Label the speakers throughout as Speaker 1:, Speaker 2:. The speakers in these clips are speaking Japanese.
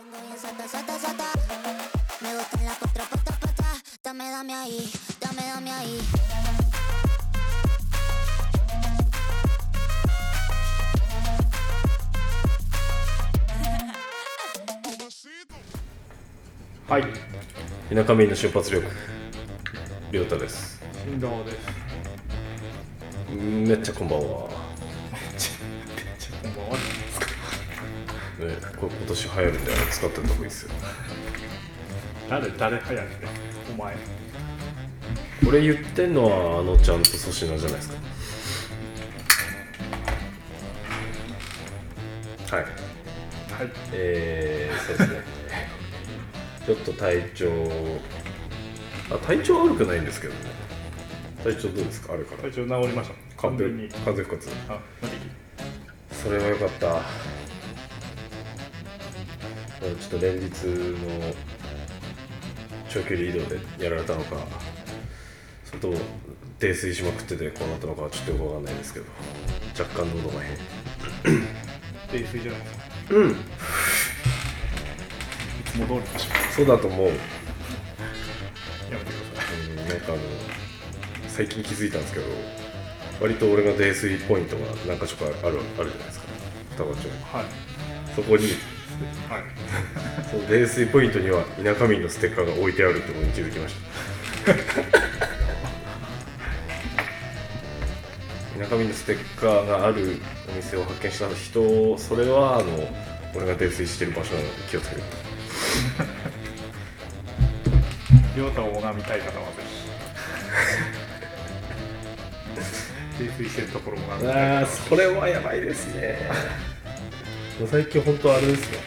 Speaker 1: Sota, sota, sota. Me gustan las cuatro patas, patas. Dame, dame ahí, dame, dame ahí.
Speaker 2: Despacito.
Speaker 3: はい、
Speaker 4: 田舎民の出発力亮太です
Speaker 3: 振動です。
Speaker 4: めっちゃこんばんは、
Speaker 3: こんばんは。
Speaker 4: ね、これ今年流行るんだよ使ってた方がいいですよ
Speaker 3: 誰、誰早くて。お前。
Speaker 4: これ言ってんのはあのちゃんと粗品じゃないですかはい
Speaker 3: はい。
Speaker 4: えー、そうですね ちょっと体調あ体調悪くないんですけどね体調どうですかあれから
Speaker 3: 体調治りました。完全に。
Speaker 4: 完全復活
Speaker 3: あ、無理。
Speaker 4: それはよかったうんちょっと連日の長距離移動でやられたのかそれとも泥酔しまくっててこうなったのかはちょっとよくわかんないですけど若干喉が変
Speaker 3: 泥酔じゃないですか。うん。いつも通りでしょ
Speaker 4: そうだと思う、
Speaker 3: やめてくださ
Speaker 4: うん、なんかあの最近気づいたんですけど割と俺の泥酔ポイントが何か所かあるあるじゃないですか双葉町
Speaker 3: い。はい。
Speaker 4: そこに
Speaker 3: はい。
Speaker 4: その泥酔ポイントには田舎民のステッカーが置いてあるってことに気づきました田舎民のステッカーがあるお店を発見した人それはあの俺が泥酔してる場所なので気をつけて
Speaker 3: 両太を拝みたい方はぜひ。泥酔してるところもある。
Speaker 4: ああそれはやばいですね最近本当あれですよ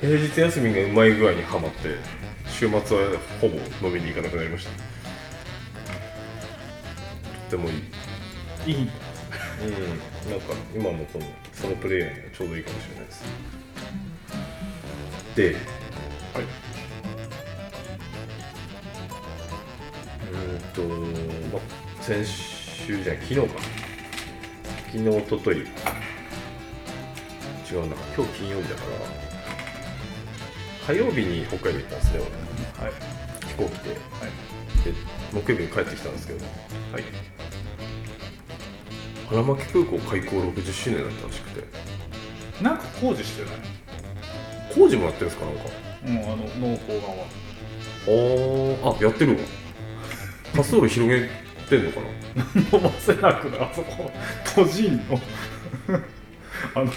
Speaker 4: 平日休みがうまい具合にはまって週末はほぼ飲みに行かなくなりましたとてもいい
Speaker 3: いいんだ。
Speaker 4: うん、なんか今のこのソロプレイヤーにはちょうどいいかもしれないです。で、
Speaker 3: はい。
Speaker 4: うーんと、まあ、先週じゃない、昨日か。昨日、一昨日違うな、今日金曜日だから、火曜日に北海道行ったんですね、
Speaker 3: はい。
Speaker 4: 俺、飛行機で。
Speaker 3: は
Speaker 4: で木曜日に帰ってきたんですけど、
Speaker 3: い。はい。
Speaker 4: 花巻空港開港60周年だったらしくて、
Speaker 3: なんか工事してない。
Speaker 4: 工事もやってるんですか、なんか。
Speaker 3: うん、あの農耕がは。
Speaker 4: あーあやってるわ滑走路広げてんのかな
Speaker 3: 伸ばせなくなあそこ個人の あの道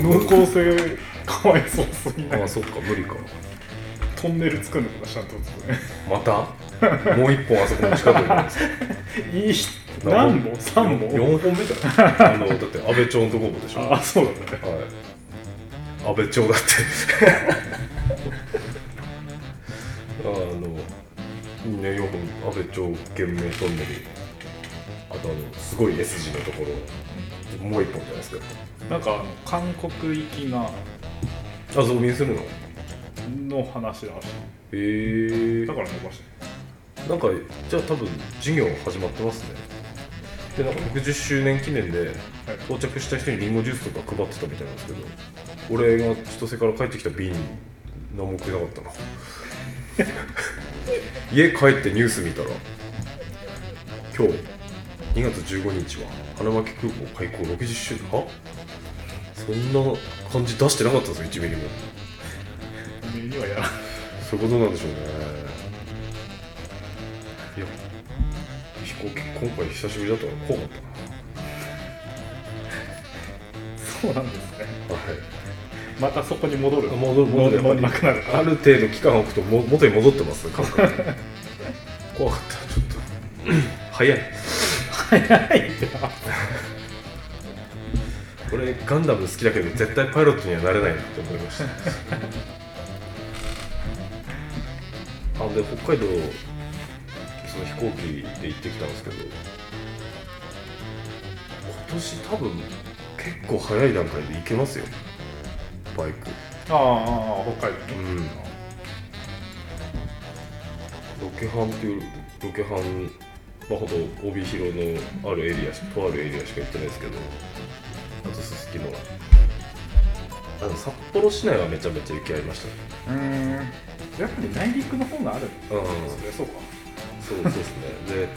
Speaker 3: 路濃厚性かわいそうすぎな
Speaker 4: あ
Speaker 3: い
Speaker 4: そっか無理か
Speaker 3: トンネル作るのかなちゃんと作ね
Speaker 4: またもう一本あそこの近くにあるんですか
Speaker 3: いい 何本3本
Speaker 4: 4本目じゃないあのだって安倍町のとこもでしょ
Speaker 3: あ
Speaker 4: は
Speaker 3: あそうだね
Speaker 4: い安倍町だって あのいいね4本安倍町懸命トンネルあとあのすごい S 字のところもう一本じゃないですか
Speaker 3: なんかあの韓国行きが
Speaker 4: あ増便するのへ
Speaker 3: の話だし
Speaker 4: え
Speaker 3: いだから伸ばして
Speaker 4: なんかじゃあ多分授業始まってますねでなんか60周年記念で
Speaker 3: はい
Speaker 4: 到着した人にリンゴジュースとか配ってたみたいなんですけど俺が千歳から帰ってきた瓶何も食えな かったな家帰ってニュース見たら今日2月15日は花巻空港開港60周年はそんな感じ出してなかったんですよ1ミリも
Speaker 3: 目にはやらない
Speaker 4: そういうことなんでしょうねいや飛行機今回久しぶりだったから怖かっ
Speaker 3: そうなんですね
Speaker 4: たなはい
Speaker 3: またそこに戻る
Speaker 4: 戻る戻る
Speaker 3: 戻りなくなる
Speaker 4: ある程度期間を置くとも元に戻ってます感 覚怖かったちょっと 早い
Speaker 3: 早いってな
Speaker 4: 俺ガンダム好きだけど絶対パイロットにはなれないなって思いましたあで北海道その飛行機で行ってきたんですけど今年多分結構早い段階で行けますよバイク
Speaker 3: ああああ北海道
Speaker 4: うんロケハンっていうロケハンまあほど帯広のあるエリアしとあるエリアしか行ってないですけどあとすすきのあの札幌市内はめちゃめちゃ雪ありましたね
Speaker 5: うーんやっぱり内陸の方があるんで
Speaker 4: うん
Speaker 5: すねそうか
Speaker 4: そうそうですねで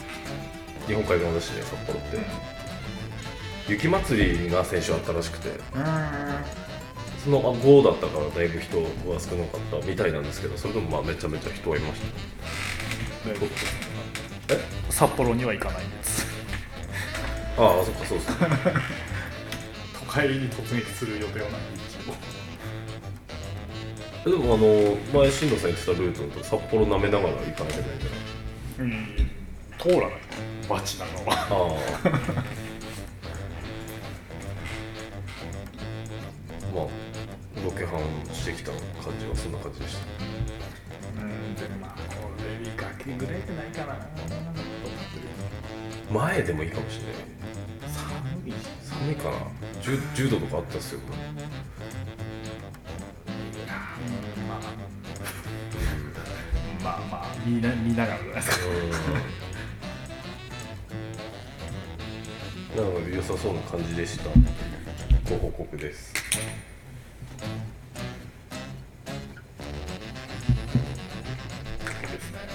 Speaker 4: 日本海側だしね札幌って雪まつりが先週あったらしくて
Speaker 5: うーん
Speaker 4: その後だったからだいぶ人は少なかったみたいなんですけどそれでもまあめちゃめちゃ人はいましたえ
Speaker 3: 札幌には行かないです
Speaker 4: ああそっかそうですね
Speaker 3: 都会に突撃する予定はない一応
Speaker 4: でもあの前進藤さん言ってたルートだと札幌舐めながら行かなきゃいけないじ
Speaker 3: うん通らない街なのは
Speaker 4: ゃないああまあロケハンしてきた感じはそんな感じでした
Speaker 3: うんでまあこれ見かけぐらいじゃないかなと思ってる
Speaker 4: 前でもいいかもしれない
Speaker 3: 寒いし
Speaker 4: 寒いかな 10, 10度とかあったんですよ
Speaker 3: まあまあまあ見な見ながらじゃないですか
Speaker 4: なので良さそうな感じでしたご報告です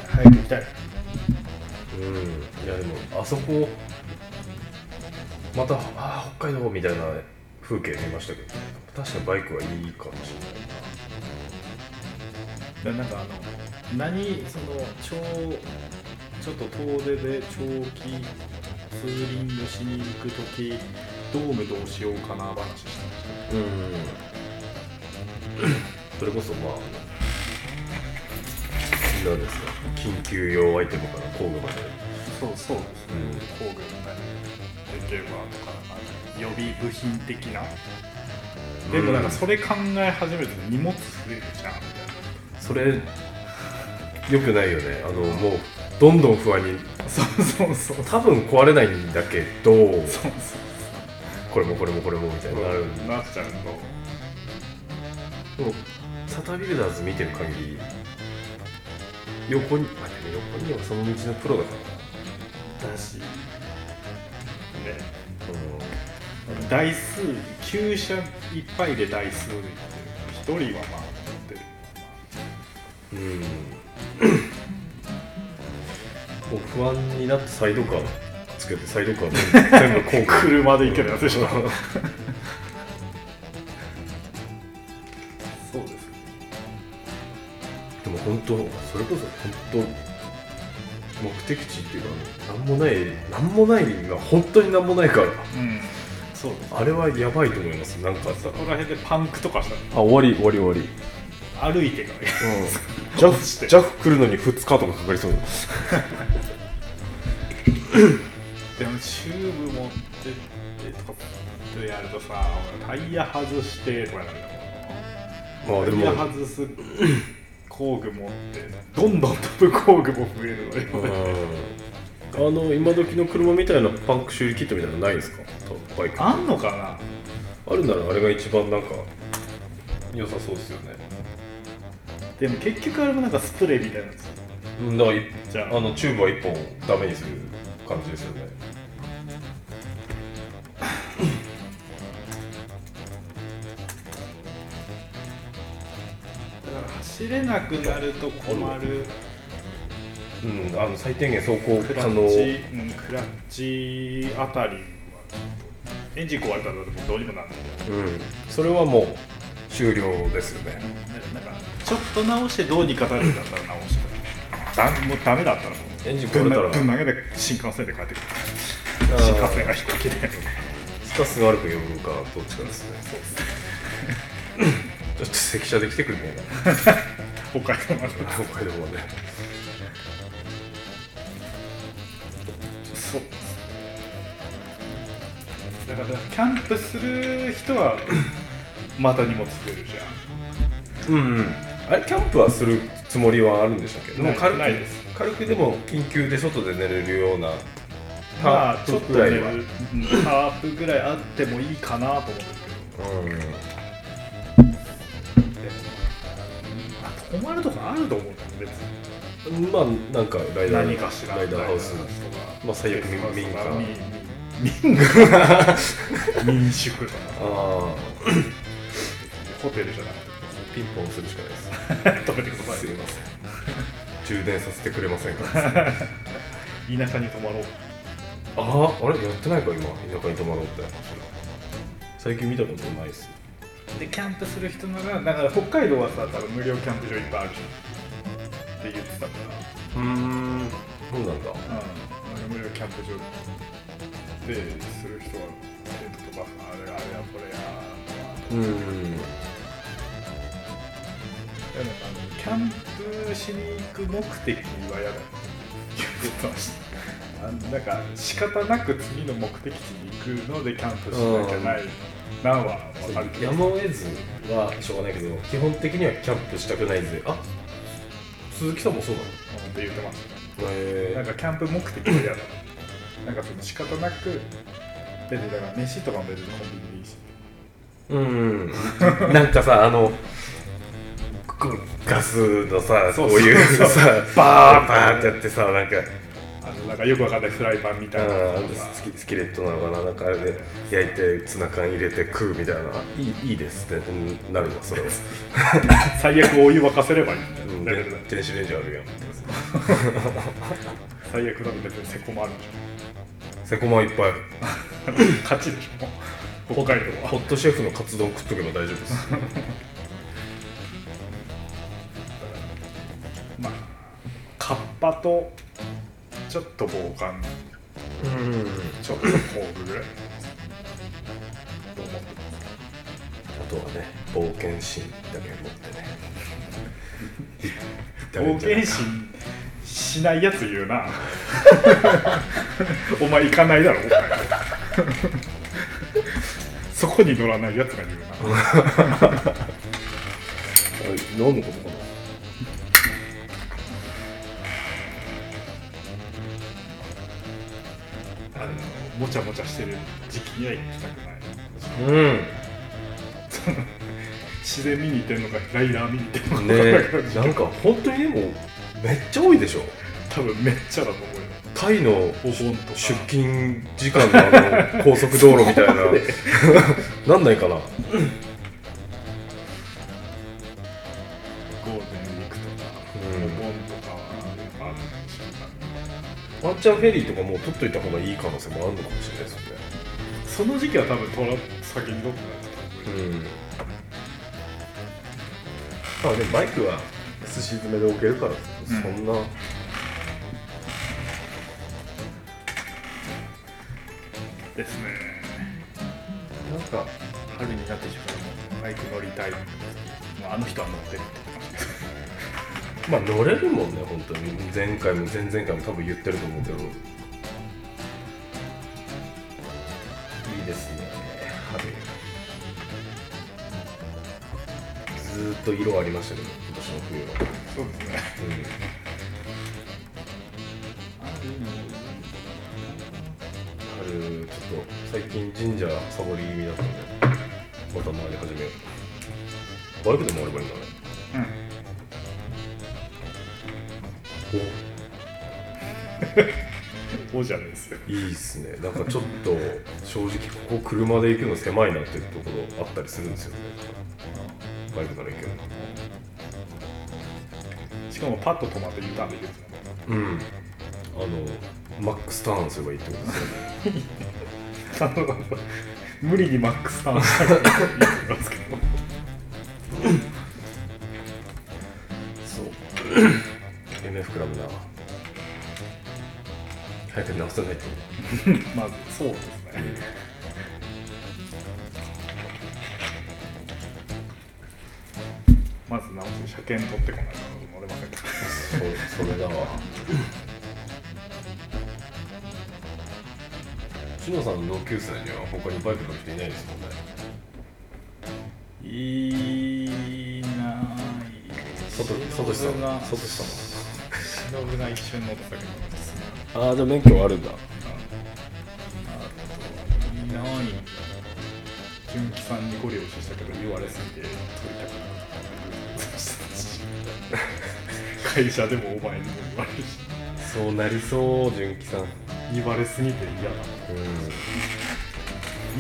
Speaker 3: 早く行きたい
Speaker 4: うんいやでもあそこまたあー北海道みたいな風景見ましたけど確かにバイクはいいかもし
Speaker 3: でなんかあの何その超ちょっと遠出で長期ツーリングしに行く時ドームどうしようかな話してました
Speaker 4: れないうんそれこそまあ何ですか緊急用アイテムから工具まで
Speaker 3: そうそうですね、工具みたいなゲームはとかなんか予備部品的な、でもなんかそれ考え始めて荷物増えるじゃんみ
Speaker 4: それ良くないよねあのもうどんどん不安に
Speaker 3: たいなそうそうそう
Speaker 4: 多分壊れないんだけど
Speaker 3: そう
Speaker 4: これもこれもこれもみたいになるん
Speaker 3: そうなっちゃうと
Speaker 4: でもサタビルダーズ見てる限り横にあでも横にはその道のプロだか
Speaker 3: だしね
Speaker 4: らな
Speaker 3: 台数旧車いっぱいで台数でいってる一人はまあ持ってる
Speaker 4: うんうんもう不安になってサイドカーつけてサイドカー全部全部こう
Speaker 3: 車で行けるやつでしょそうです
Speaker 4: でも本当それこそ本当目的地っていうか何もない何もないが本当に何もないか
Speaker 3: う
Speaker 4: ら
Speaker 3: んそうです
Speaker 4: あれはやばいと思いますなんかさ
Speaker 3: ここら辺でパンクとかした
Speaker 4: あ終わり終わり終わり
Speaker 3: ら歩いてから行く
Speaker 4: うんジャフジャフ来るのに2日とかかかりそう
Speaker 3: でもチューブ持ってってとかってやるとさタイヤ外してとかなんだ
Speaker 4: まあで
Speaker 3: もんタイヤ
Speaker 4: も
Speaker 3: 外す工具持ってどんどん飛ぶ工具も増えるのよ、
Speaker 4: うんあの今時の車みたいなパンク修理キットみたいなのないですか多分バイクあ
Speaker 3: あんのかな
Speaker 4: るならあれが一番なんか良さそうですよね
Speaker 3: でも結局あれもなんかスプレーみたいなやつ
Speaker 4: うんだからい
Speaker 3: じゃあ
Speaker 4: あのチューブは1本ダメにする感じですよね
Speaker 3: だから走れなくなると困る
Speaker 4: うんあの最低限走行
Speaker 3: クラ
Speaker 4: 可
Speaker 3: ッ
Speaker 4: 能
Speaker 3: チ、うん、クラッチあたりはちょっとエンジン壊れたらでもどうにもなんない
Speaker 4: うん、それはもう終了ですよね
Speaker 3: なんかちょっと直してどうにかなるんだったら直してだもうダメだったらもう
Speaker 4: エンジン
Speaker 3: ぶ
Speaker 4: 壊
Speaker 3: ん
Speaker 4: れたら
Speaker 3: 投げで新幹線で帰ってくる
Speaker 4: あー
Speaker 3: 新幹線が飛行機で
Speaker 4: スカスが悪く呼ぶかどっちかですね ちょっと 関車で来てくれねえ
Speaker 3: 北海道まで
Speaker 4: かな北海道まで
Speaker 3: そうだからキャンプする人はまた荷物増えるじゃ
Speaker 4: うん、うん、あれキャンプはするつもりはあるんでしたっけど
Speaker 3: ない
Speaker 4: も軽く
Speaker 3: ないです
Speaker 4: 軽くでも緊急で外で寝れるようなん
Speaker 3: まあちょっと
Speaker 4: ぐら
Speaker 3: ね
Speaker 4: いはうん
Speaker 3: タープぐらいあってもいいかなと思うんですけど泊まるとかあると思うんだよ別に
Speaker 4: まあなんかライダー
Speaker 3: 何かしら
Speaker 4: ライダーハウス
Speaker 3: ライダーとか
Speaker 4: まあ最悪民民家
Speaker 3: 民民民家民宿とか
Speaker 4: ああ
Speaker 3: ホテルじゃなく
Speaker 4: ピンポンするしかないです
Speaker 3: て止めてくださ
Speaker 4: す
Speaker 3: い
Speaker 4: いません充電させてくれませんか
Speaker 3: 田舎に泊まろう
Speaker 4: あああれやってないか今田舎に泊まろうって最近見たことないです
Speaker 3: でキャンプする人ならだから北海道はさ多分無料キャンプ場いっぱいあるじゃんって言ってたか
Speaker 4: うーんそうなんだ
Speaker 3: ら、うん、無料キャンプ場でする人はテントとかさあれやあれやこれや
Speaker 4: うーん
Speaker 3: でもあのキャンプしに行く目的は嫌だって言ってましたあのなんか仕方なく次の目的地に行くのでキャンプしなきゃないなんは分かるけど
Speaker 4: やむを得ずはしょうがないけど基本的にはキャンプしたくないぜあ鈴木さんもそうなの
Speaker 3: って言ってました
Speaker 4: へ
Speaker 3: なんかキャンプ目的は嫌だな。なんかその仕方なく、別にだから飯とかも別にコンビニでいいし。
Speaker 4: うんなんかさあのこガスのさ
Speaker 3: そう
Speaker 4: こ
Speaker 3: そうそう
Speaker 4: ういう さ
Speaker 3: バーン
Speaker 4: バーンってやってさなんか
Speaker 3: あのなんかよくわかんないフライパンみ
Speaker 4: あ
Speaker 3: たいなのとか
Speaker 4: ースキスキレットなのかななんかあれで焼いてツナ缶入れて食うみたいないいいいですってうんなるわそ れは、
Speaker 3: 最悪お湯沸かせればいいみたいな
Speaker 4: うん、
Speaker 3: レベルだ
Speaker 4: で電子レンジあるやん
Speaker 3: 最悪だと別にセコもあるでし
Speaker 4: セコマいっぱい
Speaker 3: ょ。勝ちでしょ。北海道
Speaker 4: ホ
Speaker 3: は。
Speaker 4: ットシェフのカツ丼食っとけば大丈夫です
Speaker 3: まあ、カッパと、ちょっと防寒、
Speaker 4: うん
Speaker 3: ちょっと工具ぐらい。と思ってます
Speaker 4: あとはね、冒険心だけ持っ
Speaker 3: 冒
Speaker 4: てね。
Speaker 3: 険
Speaker 4: 心
Speaker 3: 心しないやつ言う なお前行かないだろお前そこに乗らないやつが言うな
Speaker 4: 何のことかな
Speaker 3: あのもちゃもちゃしてる時期には行きたくない
Speaker 4: うん
Speaker 3: 自然見に行ってんのかライダー見に行ってんのか分か
Speaker 4: ね
Speaker 3: んないけど、
Speaker 4: え、なんか本当にでも、めっちゃ多いでしょ。
Speaker 3: 多分めっちゃだと思うよ
Speaker 4: タイの
Speaker 3: お盆とか
Speaker 4: 出勤時間のあの高速道路みたいな。なんないかな。
Speaker 3: ゴールデンウィークとか、
Speaker 4: うん
Speaker 3: お盆とかはやっぱあるかもしれない
Speaker 4: ワンチャンフェリーとかもう取っといた方がいい可能性もあるのかもしれないですよね。
Speaker 3: その時期は多分トラ先に乗ってないと思うよ
Speaker 4: うん。まあでもバイクはすし詰めで置けるから、そんな。
Speaker 3: ですね
Speaker 4: なんか
Speaker 3: 春になってしまうバイク乗りたいもうあの人は乗ってるって
Speaker 4: まあ乗れるもんね本当に前回も前々回も多分言ってると思うけどいいですね春ずーっと色ありましたけど今年の冬は、
Speaker 3: そうですね
Speaker 4: うん、春ちょっと最近神社サボり気味だったんでまた回り始めようバイクでもあればいいんだね
Speaker 3: うん
Speaker 4: お
Speaker 3: そうじゃないですよ
Speaker 4: いいっすねなんかちょっと正直ここ車で行くの狭いなっていうところあったりするんですよねバイクなら行ける
Speaker 3: しかもパッと止まって U ターンできるんですもんね
Speaker 4: うんあのマックスターンすればいいってことですよ
Speaker 3: な
Speaker 4: ね
Speaker 3: るほど 無理にマックスターンしたらいいと思いますけど
Speaker 4: そう MF クラブな早く直さないと
Speaker 3: まあそうですねまず直して車検取ってこないと乗れませんから
Speaker 4: そそれだわ志乃さんの同級生には他にバイク乗る人いないですもんね
Speaker 3: いない
Speaker 4: サトサトシさんサトシさん
Speaker 3: 忍が一瞬乗ってたけど
Speaker 4: ああじゃあ免許はあるんだ
Speaker 3: いない純喜さんにゴリ押ししたけど言われすぎて取りたくなかった会社でもお前にも言われるし
Speaker 4: そうなりそう純喜さん
Speaker 3: 言われすぎて嫌だ
Speaker 4: う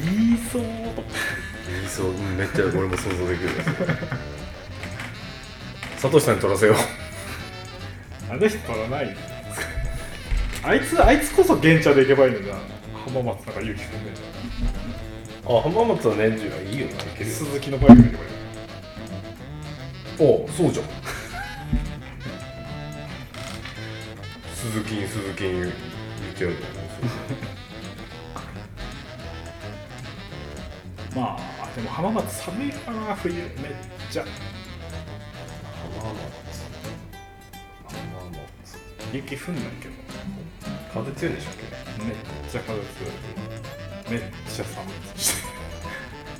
Speaker 3: 言いそうとか
Speaker 4: ん言いそううんめっちゃ俺も想像できるサトシさんに取らせよう
Speaker 3: あの人取らないよあいつあいつこそ現茶で行けばいいのじゃん浜松とか結城くんで
Speaker 4: あ浜松は年中はいいよなける
Speaker 3: 鈴木のバイクで行けばいい
Speaker 4: おそうじゃん鈴木に鈴木に言ってやる
Speaker 3: まあでも浜松寒いかな冬めっちゃ
Speaker 4: 浜松浜松
Speaker 3: 雪降んないけど
Speaker 4: 風強いんでしたっ
Speaker 3: めっちゃ風強いめっちゃ寒い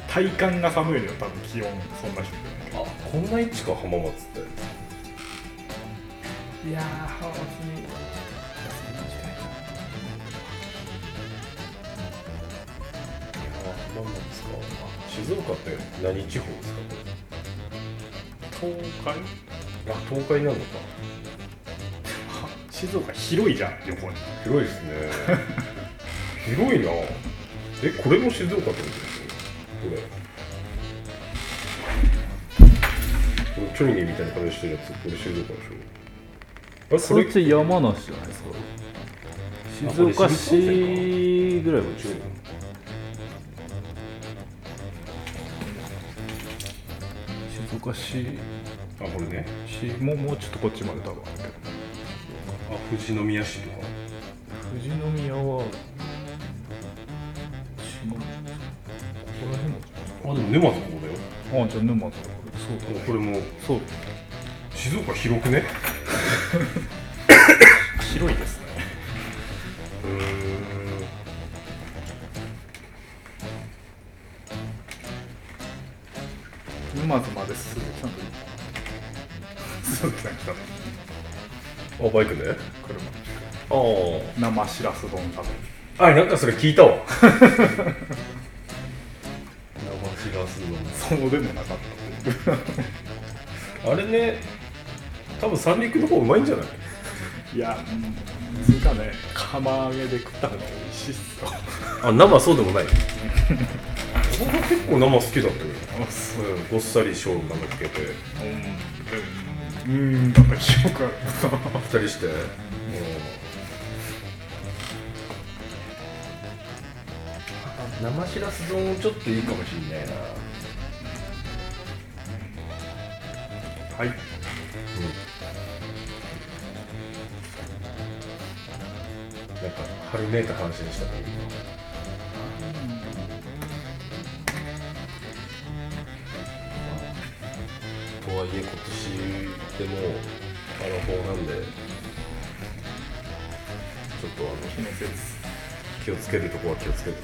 Speaker 3: 体感が寒いのよ多分気温そんな低くないけ
Speaker 4: けあこんな位置か浜松って
Speaker 3: どいやー浜松に
Speaker 4: あ浜松かあ静岡って何地方ですかこ
Speaker 3: 東海
Speaker 4: れあ東海なのか
Speaker 3: 静岡広いじゃん旅行に
Speaker 4: 広いですね 広いなえこれも静岡ってことでしょこれこのチョリゲみたいな形してるやつこれ静岡でしょあれこ
Speaker 6: それ
Speaker 4: れ
Speaker 6: って山梨じゃないですか静岡市ぐらいは中静岡市
Speaker 4: あこれね
Speaker 6: 市ももうちょっとこっちまで多分あるけど
Speaker 4: あ富士宮市とか
Speaker 6: 富士宮は違うここら辺だ
Speaker 4: あでも沼津ここだよ
Speaker 6: あじゃあ沼津だそうだ
Speaker 4: あこれも
Speaker 6: そう
Speaker 4: 静岡広くね
Speaker 3: 広いですね
Speaker 4: うーん
Speaker 3: 沼津まで鈴木さんと行った鈴木さん来たの
Speaker 4: あバイクで
Speaker 3: 車
Speaker 4: ああ
Speaker 3: 生しらす丼食べる
Speaker 4: あなんかそれ聞いたわ 生しらす
Speaker 3: そうでもなかった
Speaker 4: のあれね多分三陸の方うまいんじゃない
Speaker 3: いやうんつうかね釜揚げで食った方が美味しいっすよ
Speaker 4: あ生そうでもない僕は結構生好きだったようんごっさり醤油かのっけて
Speaker 3: うんうんうんなんか記憶ある
Speaker 4: 二人してもう生しらす丼ちょっといいかもしんないな
Speaker 3: はい
Speaker 4: なんか春めいた話でしたねとはいえ今年でもうあの方なんでちょっとあの
Speaker 3: 気のせいです
Speaker 4: 気をつけるとこは気をつけてっ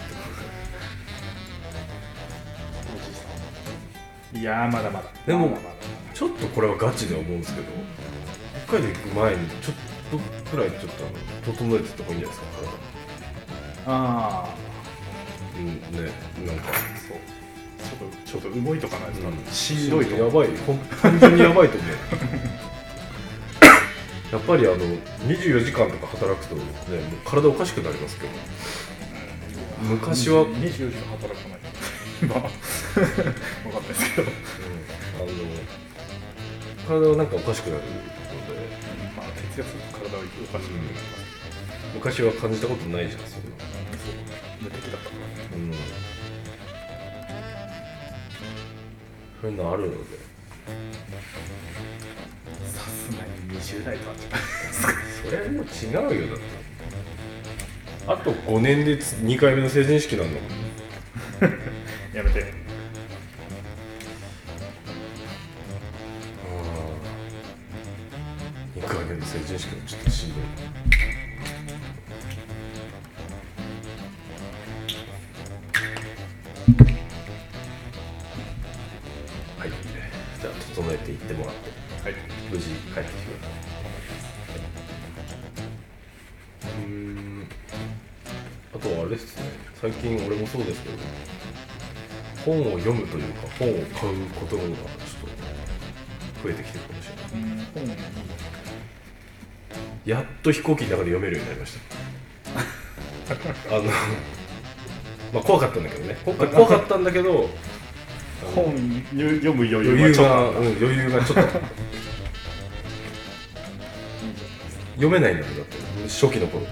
Speaker 4: て
Speaker 3: いやーまだまだ
Speaker 4: でも
Speaker 3: まだまだ
Speaker 4: ちょっとこれはガチで思うんですけど北海道行く前にちょっとくらいちょっとあの整えてった方がいいんじゃないですか
Speaker 3: あ
Speaker 4: 体うんねなんか
Speaker 3: あそうちょっとちょっと動いとかないと、
Speaker 4: うん
Speaker 3: しんどいと思
Speaker 4: や
Speaker 3: う
Speaker 4: ばい本当にやばいと思う やっぱりあの24時間とか働くとねもう体おかしくなりますけど昔は、うんあ
Speaker 3: 24時間働かない まあ分かんないですけど、
Speaker 4: の体はなんかおかしくなるので
Speaker 3: まあ、徹夜すると体はおかしくなります
Speaker 4: 昔は感じたことないじゃんそれは
Speaker 3: 無敵だったからね
Speaker 4: うんそういうのあるので
Speaker 3: さすがに20代とは違う
Speaker 4: それはもう違うよだってあと5年で2回目の成人式なんだもん
Speaker 3: やめて
Speaker 4: 2回目の成人式もちょっとしんどいはいじゃあ整えていってもらって
Speaker 3: はい
Speaker 4: 無事帰ってきてくださいうーんあとはあれですね最近俺もそうですけど本を読むというか本を買うことがちょっと増えてきてるかもしれない
Speaker 3: 本に
Speaker 4: やっと飛行機の中で読めるようになりましたあのまあ怖かったんだけどね怖か怖かったんだけど
Speaker 3: 本ゆ読む余
Speaker 4: 余
Speaker 3: 裕は
Speaker 4: 裕
Speaker 3: ちょっと
Speaker 4: が、うん、余裕がちょっと読めないんだもんだって初期の頃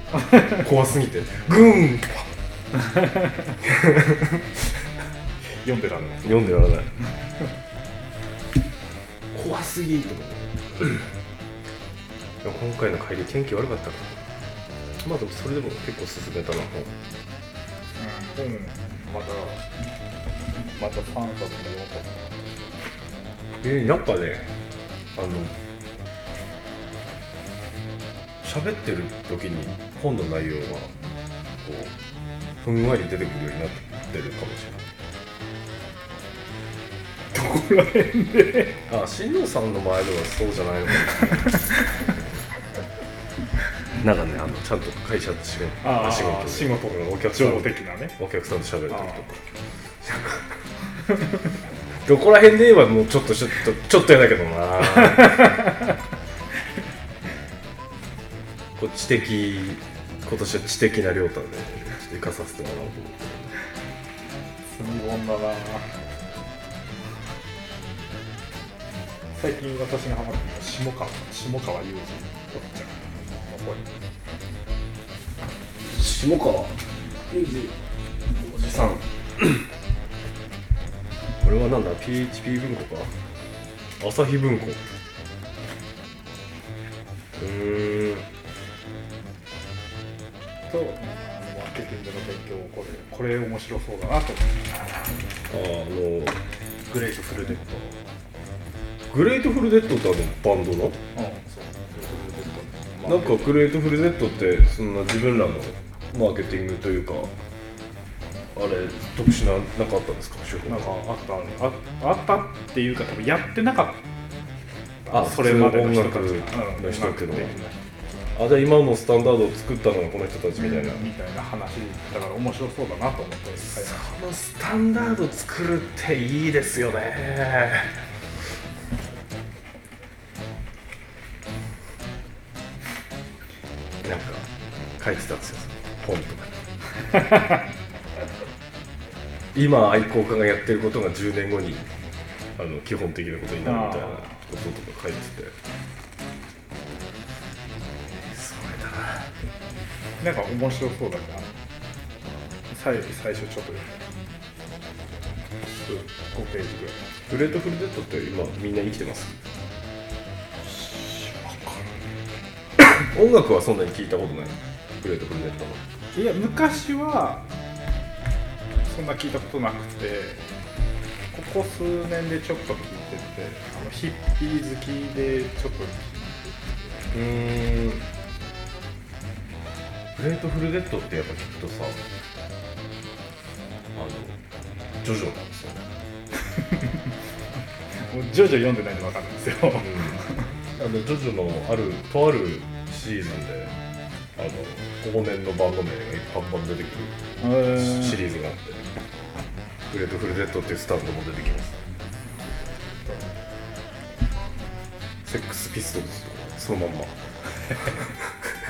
Speaker 4: 怖すぎてグーン
Speaker 3: 読んでたの
Speaker 4: 読んでやらない怖すぎと思っていや今回の帰り天気悪かったからまあでもそれでも結構進めたな
Speaker 3: うん、まだまたファンタジーをと
Speaker 4: えー、なんかねあの喋ってる時に本の内容がこうふんわり出てくるようになってるかもしれないどこら辺であ新藤さんの前ではそうじゃ ないのかななんかねあのちゃんと会社と仕事
Speaker 3: あー
Speaker 4: 仕事で
Speaker 3: 仕事
Speaker 4: うんお客さ
Speaker 3: 情
Speaker 4: ん
Speaker 3: 報的なね
Speaker 4: お客さんと喋る時と
Speaker 3: あ
Speaker 4: か
Speaker 3: ー
Speaker 4: どこら辺で言えばもうちょっとちょっとちょっとやだけどな こう知的今年は知的な亮太でちょっと行かさせてもらおうと思って
Speaker 3: 積み込んだな最近私がハマってるのは下川下川雄二おっちゃんの声
Speaker 4: 下川おじさんこれはなんだ PHP 文庫か朝日文庫うーん
Speaker 3: とあのマーケティングの勉強をこれこれ面白そうだなと思って
Speaker 4: あの
Speaker 3: グレイトフルデッ
Speaker 4: グレートフルデッドってあのバンドの
Speaker 3: ドうんそうグレイトフルデッド
Speaker 4: なんかグレートフルゼットってそんな自分らのマーケティングというかあれ特殊ななんかあったんですか手法
Speaker 3: なんかあったああったっていうか多分やってなかった
Speaker 4: あ
Speaker 3: それまでの人たちが
Speaker 4: 普通の音楽の人たちの
Speaker 3: うん
Speaker 4: あじゃあ今のスタンダードを作ったのがこの人たちみたいな、
Speaker 3: みたいな話だから面白そうだなと思って、はい
Speaker 4: このスタンダード作るっていいですよねなんか書いてたんですよ本とか今愛好家がやってることが10年後にあの基本的なことになるみたいな
Speaker 3: あー
Speaker 4: こととか書いててそれだな
Speaker 3: なんか面白そうだから最最初ちょっと5ページぐらい
Speaker 4: グレートフルデッドって今みんな生きてます音楽はそんなに聞いたことないグレートフルデッドの
Speaker 3: いや昔はそんな聞いたことなくてここ数年でちょっと聞いててあのヒッピー好きでちょっと
Speaker 4: うんグレートフルデッドってやっぱ聞くとさあのジョジョなんですよね
Speaker 3: もう徐々読んでないんで分かるんですよ
Speaker 4: あのジョジョのあるとあるシリーズであの往年のバンド名が一般版出てくる シリーズがあって、グレートフルデッドっていうスタンドも出てきます。セックスピストルズとかそのまんま。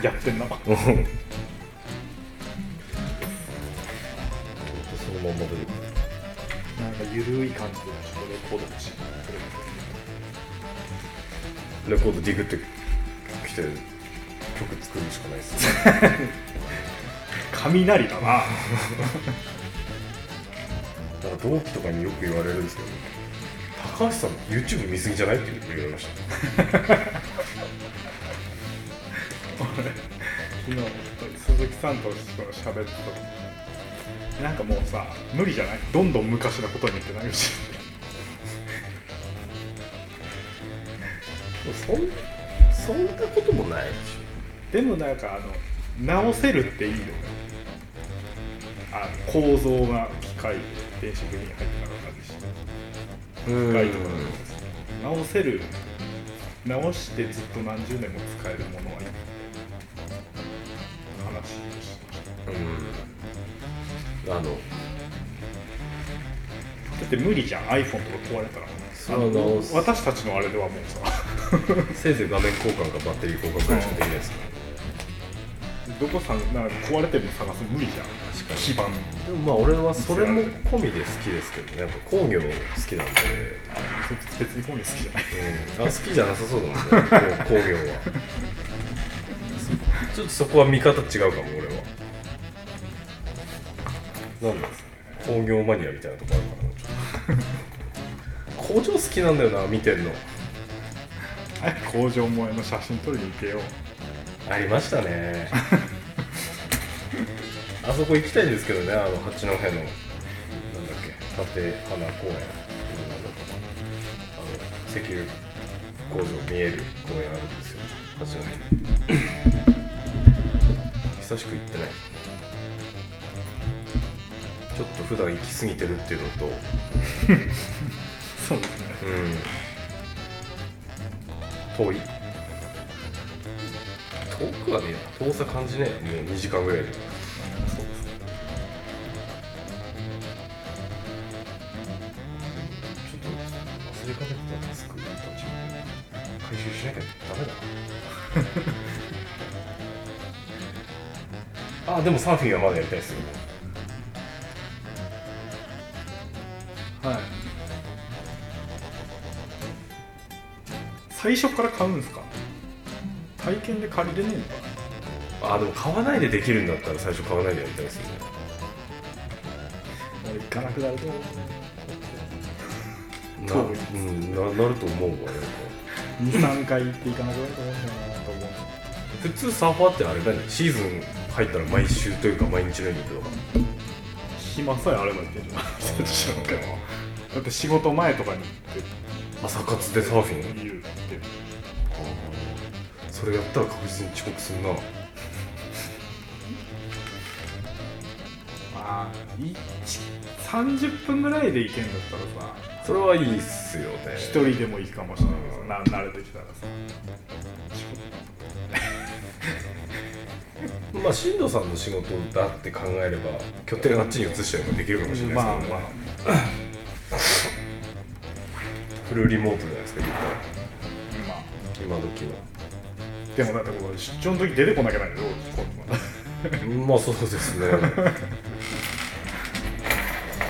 Speaker 3: やってんな
Speaker 4: ほんとそのまんま出てくる。
Speaker 3: なんかゆるい感じでちょっとレコード欲しいなこれ
Speaker 4: レコードディグってきて曲作るしかないですね。
Speaker 3: 雷だな
Speaker 4: なんか同期とかによく言われるんですけど、高橋さん YouTube 見すぎじゃないって言われました。
Speaker 3: 昨日鈴木さんと喋った時なんかもうさ無理じゃないどんどん昔のことにってなるし
Speaker 4: そんそんなこともないでしょ。
Speaker 3: でもなんかあの直せるっていいよねあの構造が機械で電子部品入ってなかったりして
Speaker 4: うん
Speaker 3: 深いところなんですけど直せる直してずっと何十年も使えるものはいい話をしてました
Speaker 4: うんあの
Speaker 3: だって無理じゃん iPhone とか壊れたら
Speaker 4: う
Speaker 3: あの
Speaker 4: 直す
Speaker 3: 私たちのあれではもうさ
Speaker 4: せいぜい画面交換かバッテリー交換ぐらいしかできないですか
Speaker 3: どこさんなんか壊れてるの探すの無理じゃん基盤
Speaker 4: でもまあ俺はそれも込みで好きですけどねやっぱ工業好きなんで、
Speaker 3: そ別に本人好きじゃない
Speaker 4: うん、あ好きじゃなさそうだもんね工工業はちょっとそこは見方違うかも俺はなんだろう工業マニアみたいなとこあるからなちょっと工場好きなんだよな見てんの
Speaker 3: 早く工場萌えの写真撮りに行けよ
Speaker 4: ありましたねあそこ行きたいんですけどねあの八戸のなんだっけ立花公園なんだったかなあの石油工場見える公園あるんですよ八戸に久しく行ってないちょっと普段行き過ぎてるっていうのと
Speaker 3: そうですね
Speaker 4: うん遠い遠くはね遠さ感じねもう2時間ぐらいで
Speaker 3: そうですね
Speaker 4: ちょっと忘れかけてたタスクたち回収しなきゃダメだな あでもサーフィンはまだやりたいですよ
Speaker 3: はい最初から買うんですか体験で借りれねえのか
Speaker 4: あでも買わないでできるんだったら最初買わないでやりたいですよね
Speaker 3: な俺行かなくなると思う
Speaker 4: な
Speaker 3: 遠
Speaker 4: うん、ななると思うわなんか
Speaker 3: 23回行って行かなくなると思うんだよなと思う
Speaker 4: 普通サーファーってあれ何シーズン入ったら毎週というか毎日のように行くとか
Speaker 3: 暇さえあれば行って るじゃん私なんかもだって仕事前とかに行
Speaker 4: 朝活でサーフィ
Speaker 3: って
Speaker 4: ン
Speaker 3: 言うって
Speaker 4: それやったら確実に遅刻すんな
Speaker 3: まあい30分ぐらいで行けんだったらさ
Speaker 4: それはいいっすよね
Speaker 3: 一人でもいいかもしれないけどな慣れてきたらさ
Speaker 4: まあ進藤さんの仕事だって考えれば拠点あっちに移したりもできるかもしれな
Speaker 3: まあ
Speaker 4: いですけど、ね
Speaker 3: まあ
Speaker 4: フルリモートじゃないですか言っ
Speaker 3: まあ
Speaker 4: たら今時は
Speaker 3: でもだってこれ出張の時出てこなきゃないけど今度は
Speaker 4: まあそうです ね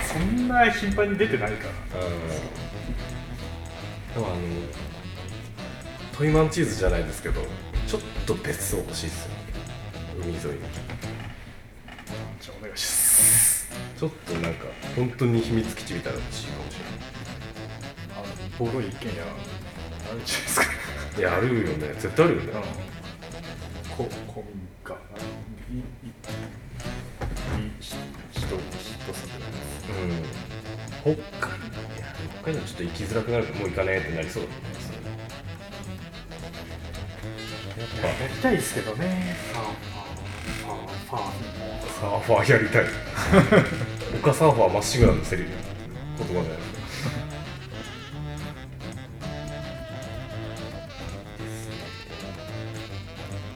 Speaker 3: そんな頻繁に出てないから
Speaker 4: うんでもあのトイマンチーズじゃないですけどちょっと別荘欲しいっすよ海沿いに
Speaker 3: じゃあお願いします
Speaker 4: ちょっとなんか本当に秘密基地みたいなの欲しいかもし
Speaker 3: あのボロい一軒家あるじゃないですか
Speaker 4: れないいやあるよね絶対あるよね、
Speaker 3: こ古民家いいいひひとひとさ
Speaker 4: うん、北海道いや北海道ちょっと行きづらくなるからもう行かねえってなりそうだと思いますねやっ
Speaker 3: やりたいですけどねサーファーサーファー
Speaker 4: ぱサーファーやりた い岡サーファーまっしぐらのセリフ言葉じゃない ですか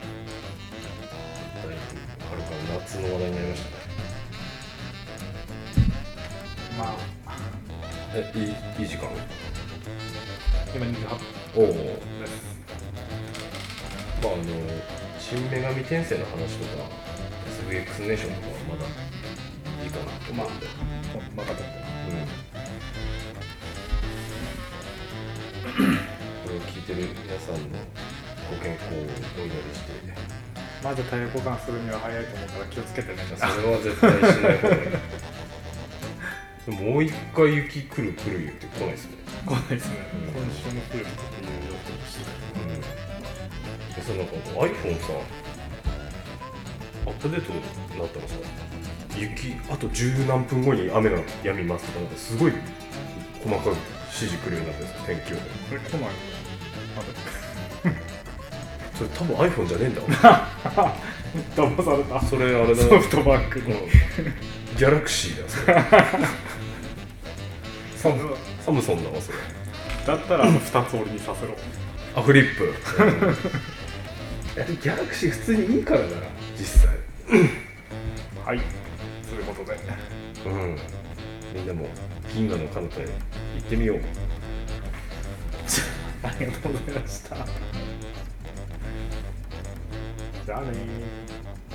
Speaker 4: だいぶあるから夏の話題になりましたね
Speaker 3: まあ
Speaker 4: えいいいい時間
Speaker 3: 今28分
Speaker 4: おお
Speaker 3: です
Speaker 4: まああの新女神転生の話とか SVX ネーションとかはまだいいかなと思うんで、
Speaker 3: まただって
Speaker 4: うん、これを聞いてる皆さんのご健康をお祈りして
Speaker 3: まずタイヤ交換するには早いと思うから気をつけてね
Speaker 4: それは絶対しない方がいいでももう一回雪来る来る言って来ないですね
Speaker 3: 来ないですね今週も来るっていう予定でした
Speaker 4: うん、そのなんか iPhone さアップデートになったらさ雪あと十何分後に雨が止みますとかなんかすごい細かく指示くるようになってるんですよ天気予報
Speaker 3: これ来ないの
Speaker 4: それ多分 iPhone じゃねえんだわ
Speaker 3: 騙された
Speaker 4: それあれだ
Speaker 3: ソフトバンクの
Speaker 4: うんギャラクシーだそれサムサムソンだわそれ
Speaker 3: だったらあの2つ俺にさせろ
Speaker 4: あフリップ、えギャラクシー普通にいいからな実際
Speaker 3: はいそういうことで
Speaker 4: うん、みんなも銀河の彼方へ行ってみよう。
Speaker 3: ありがとうございましたじゃあねー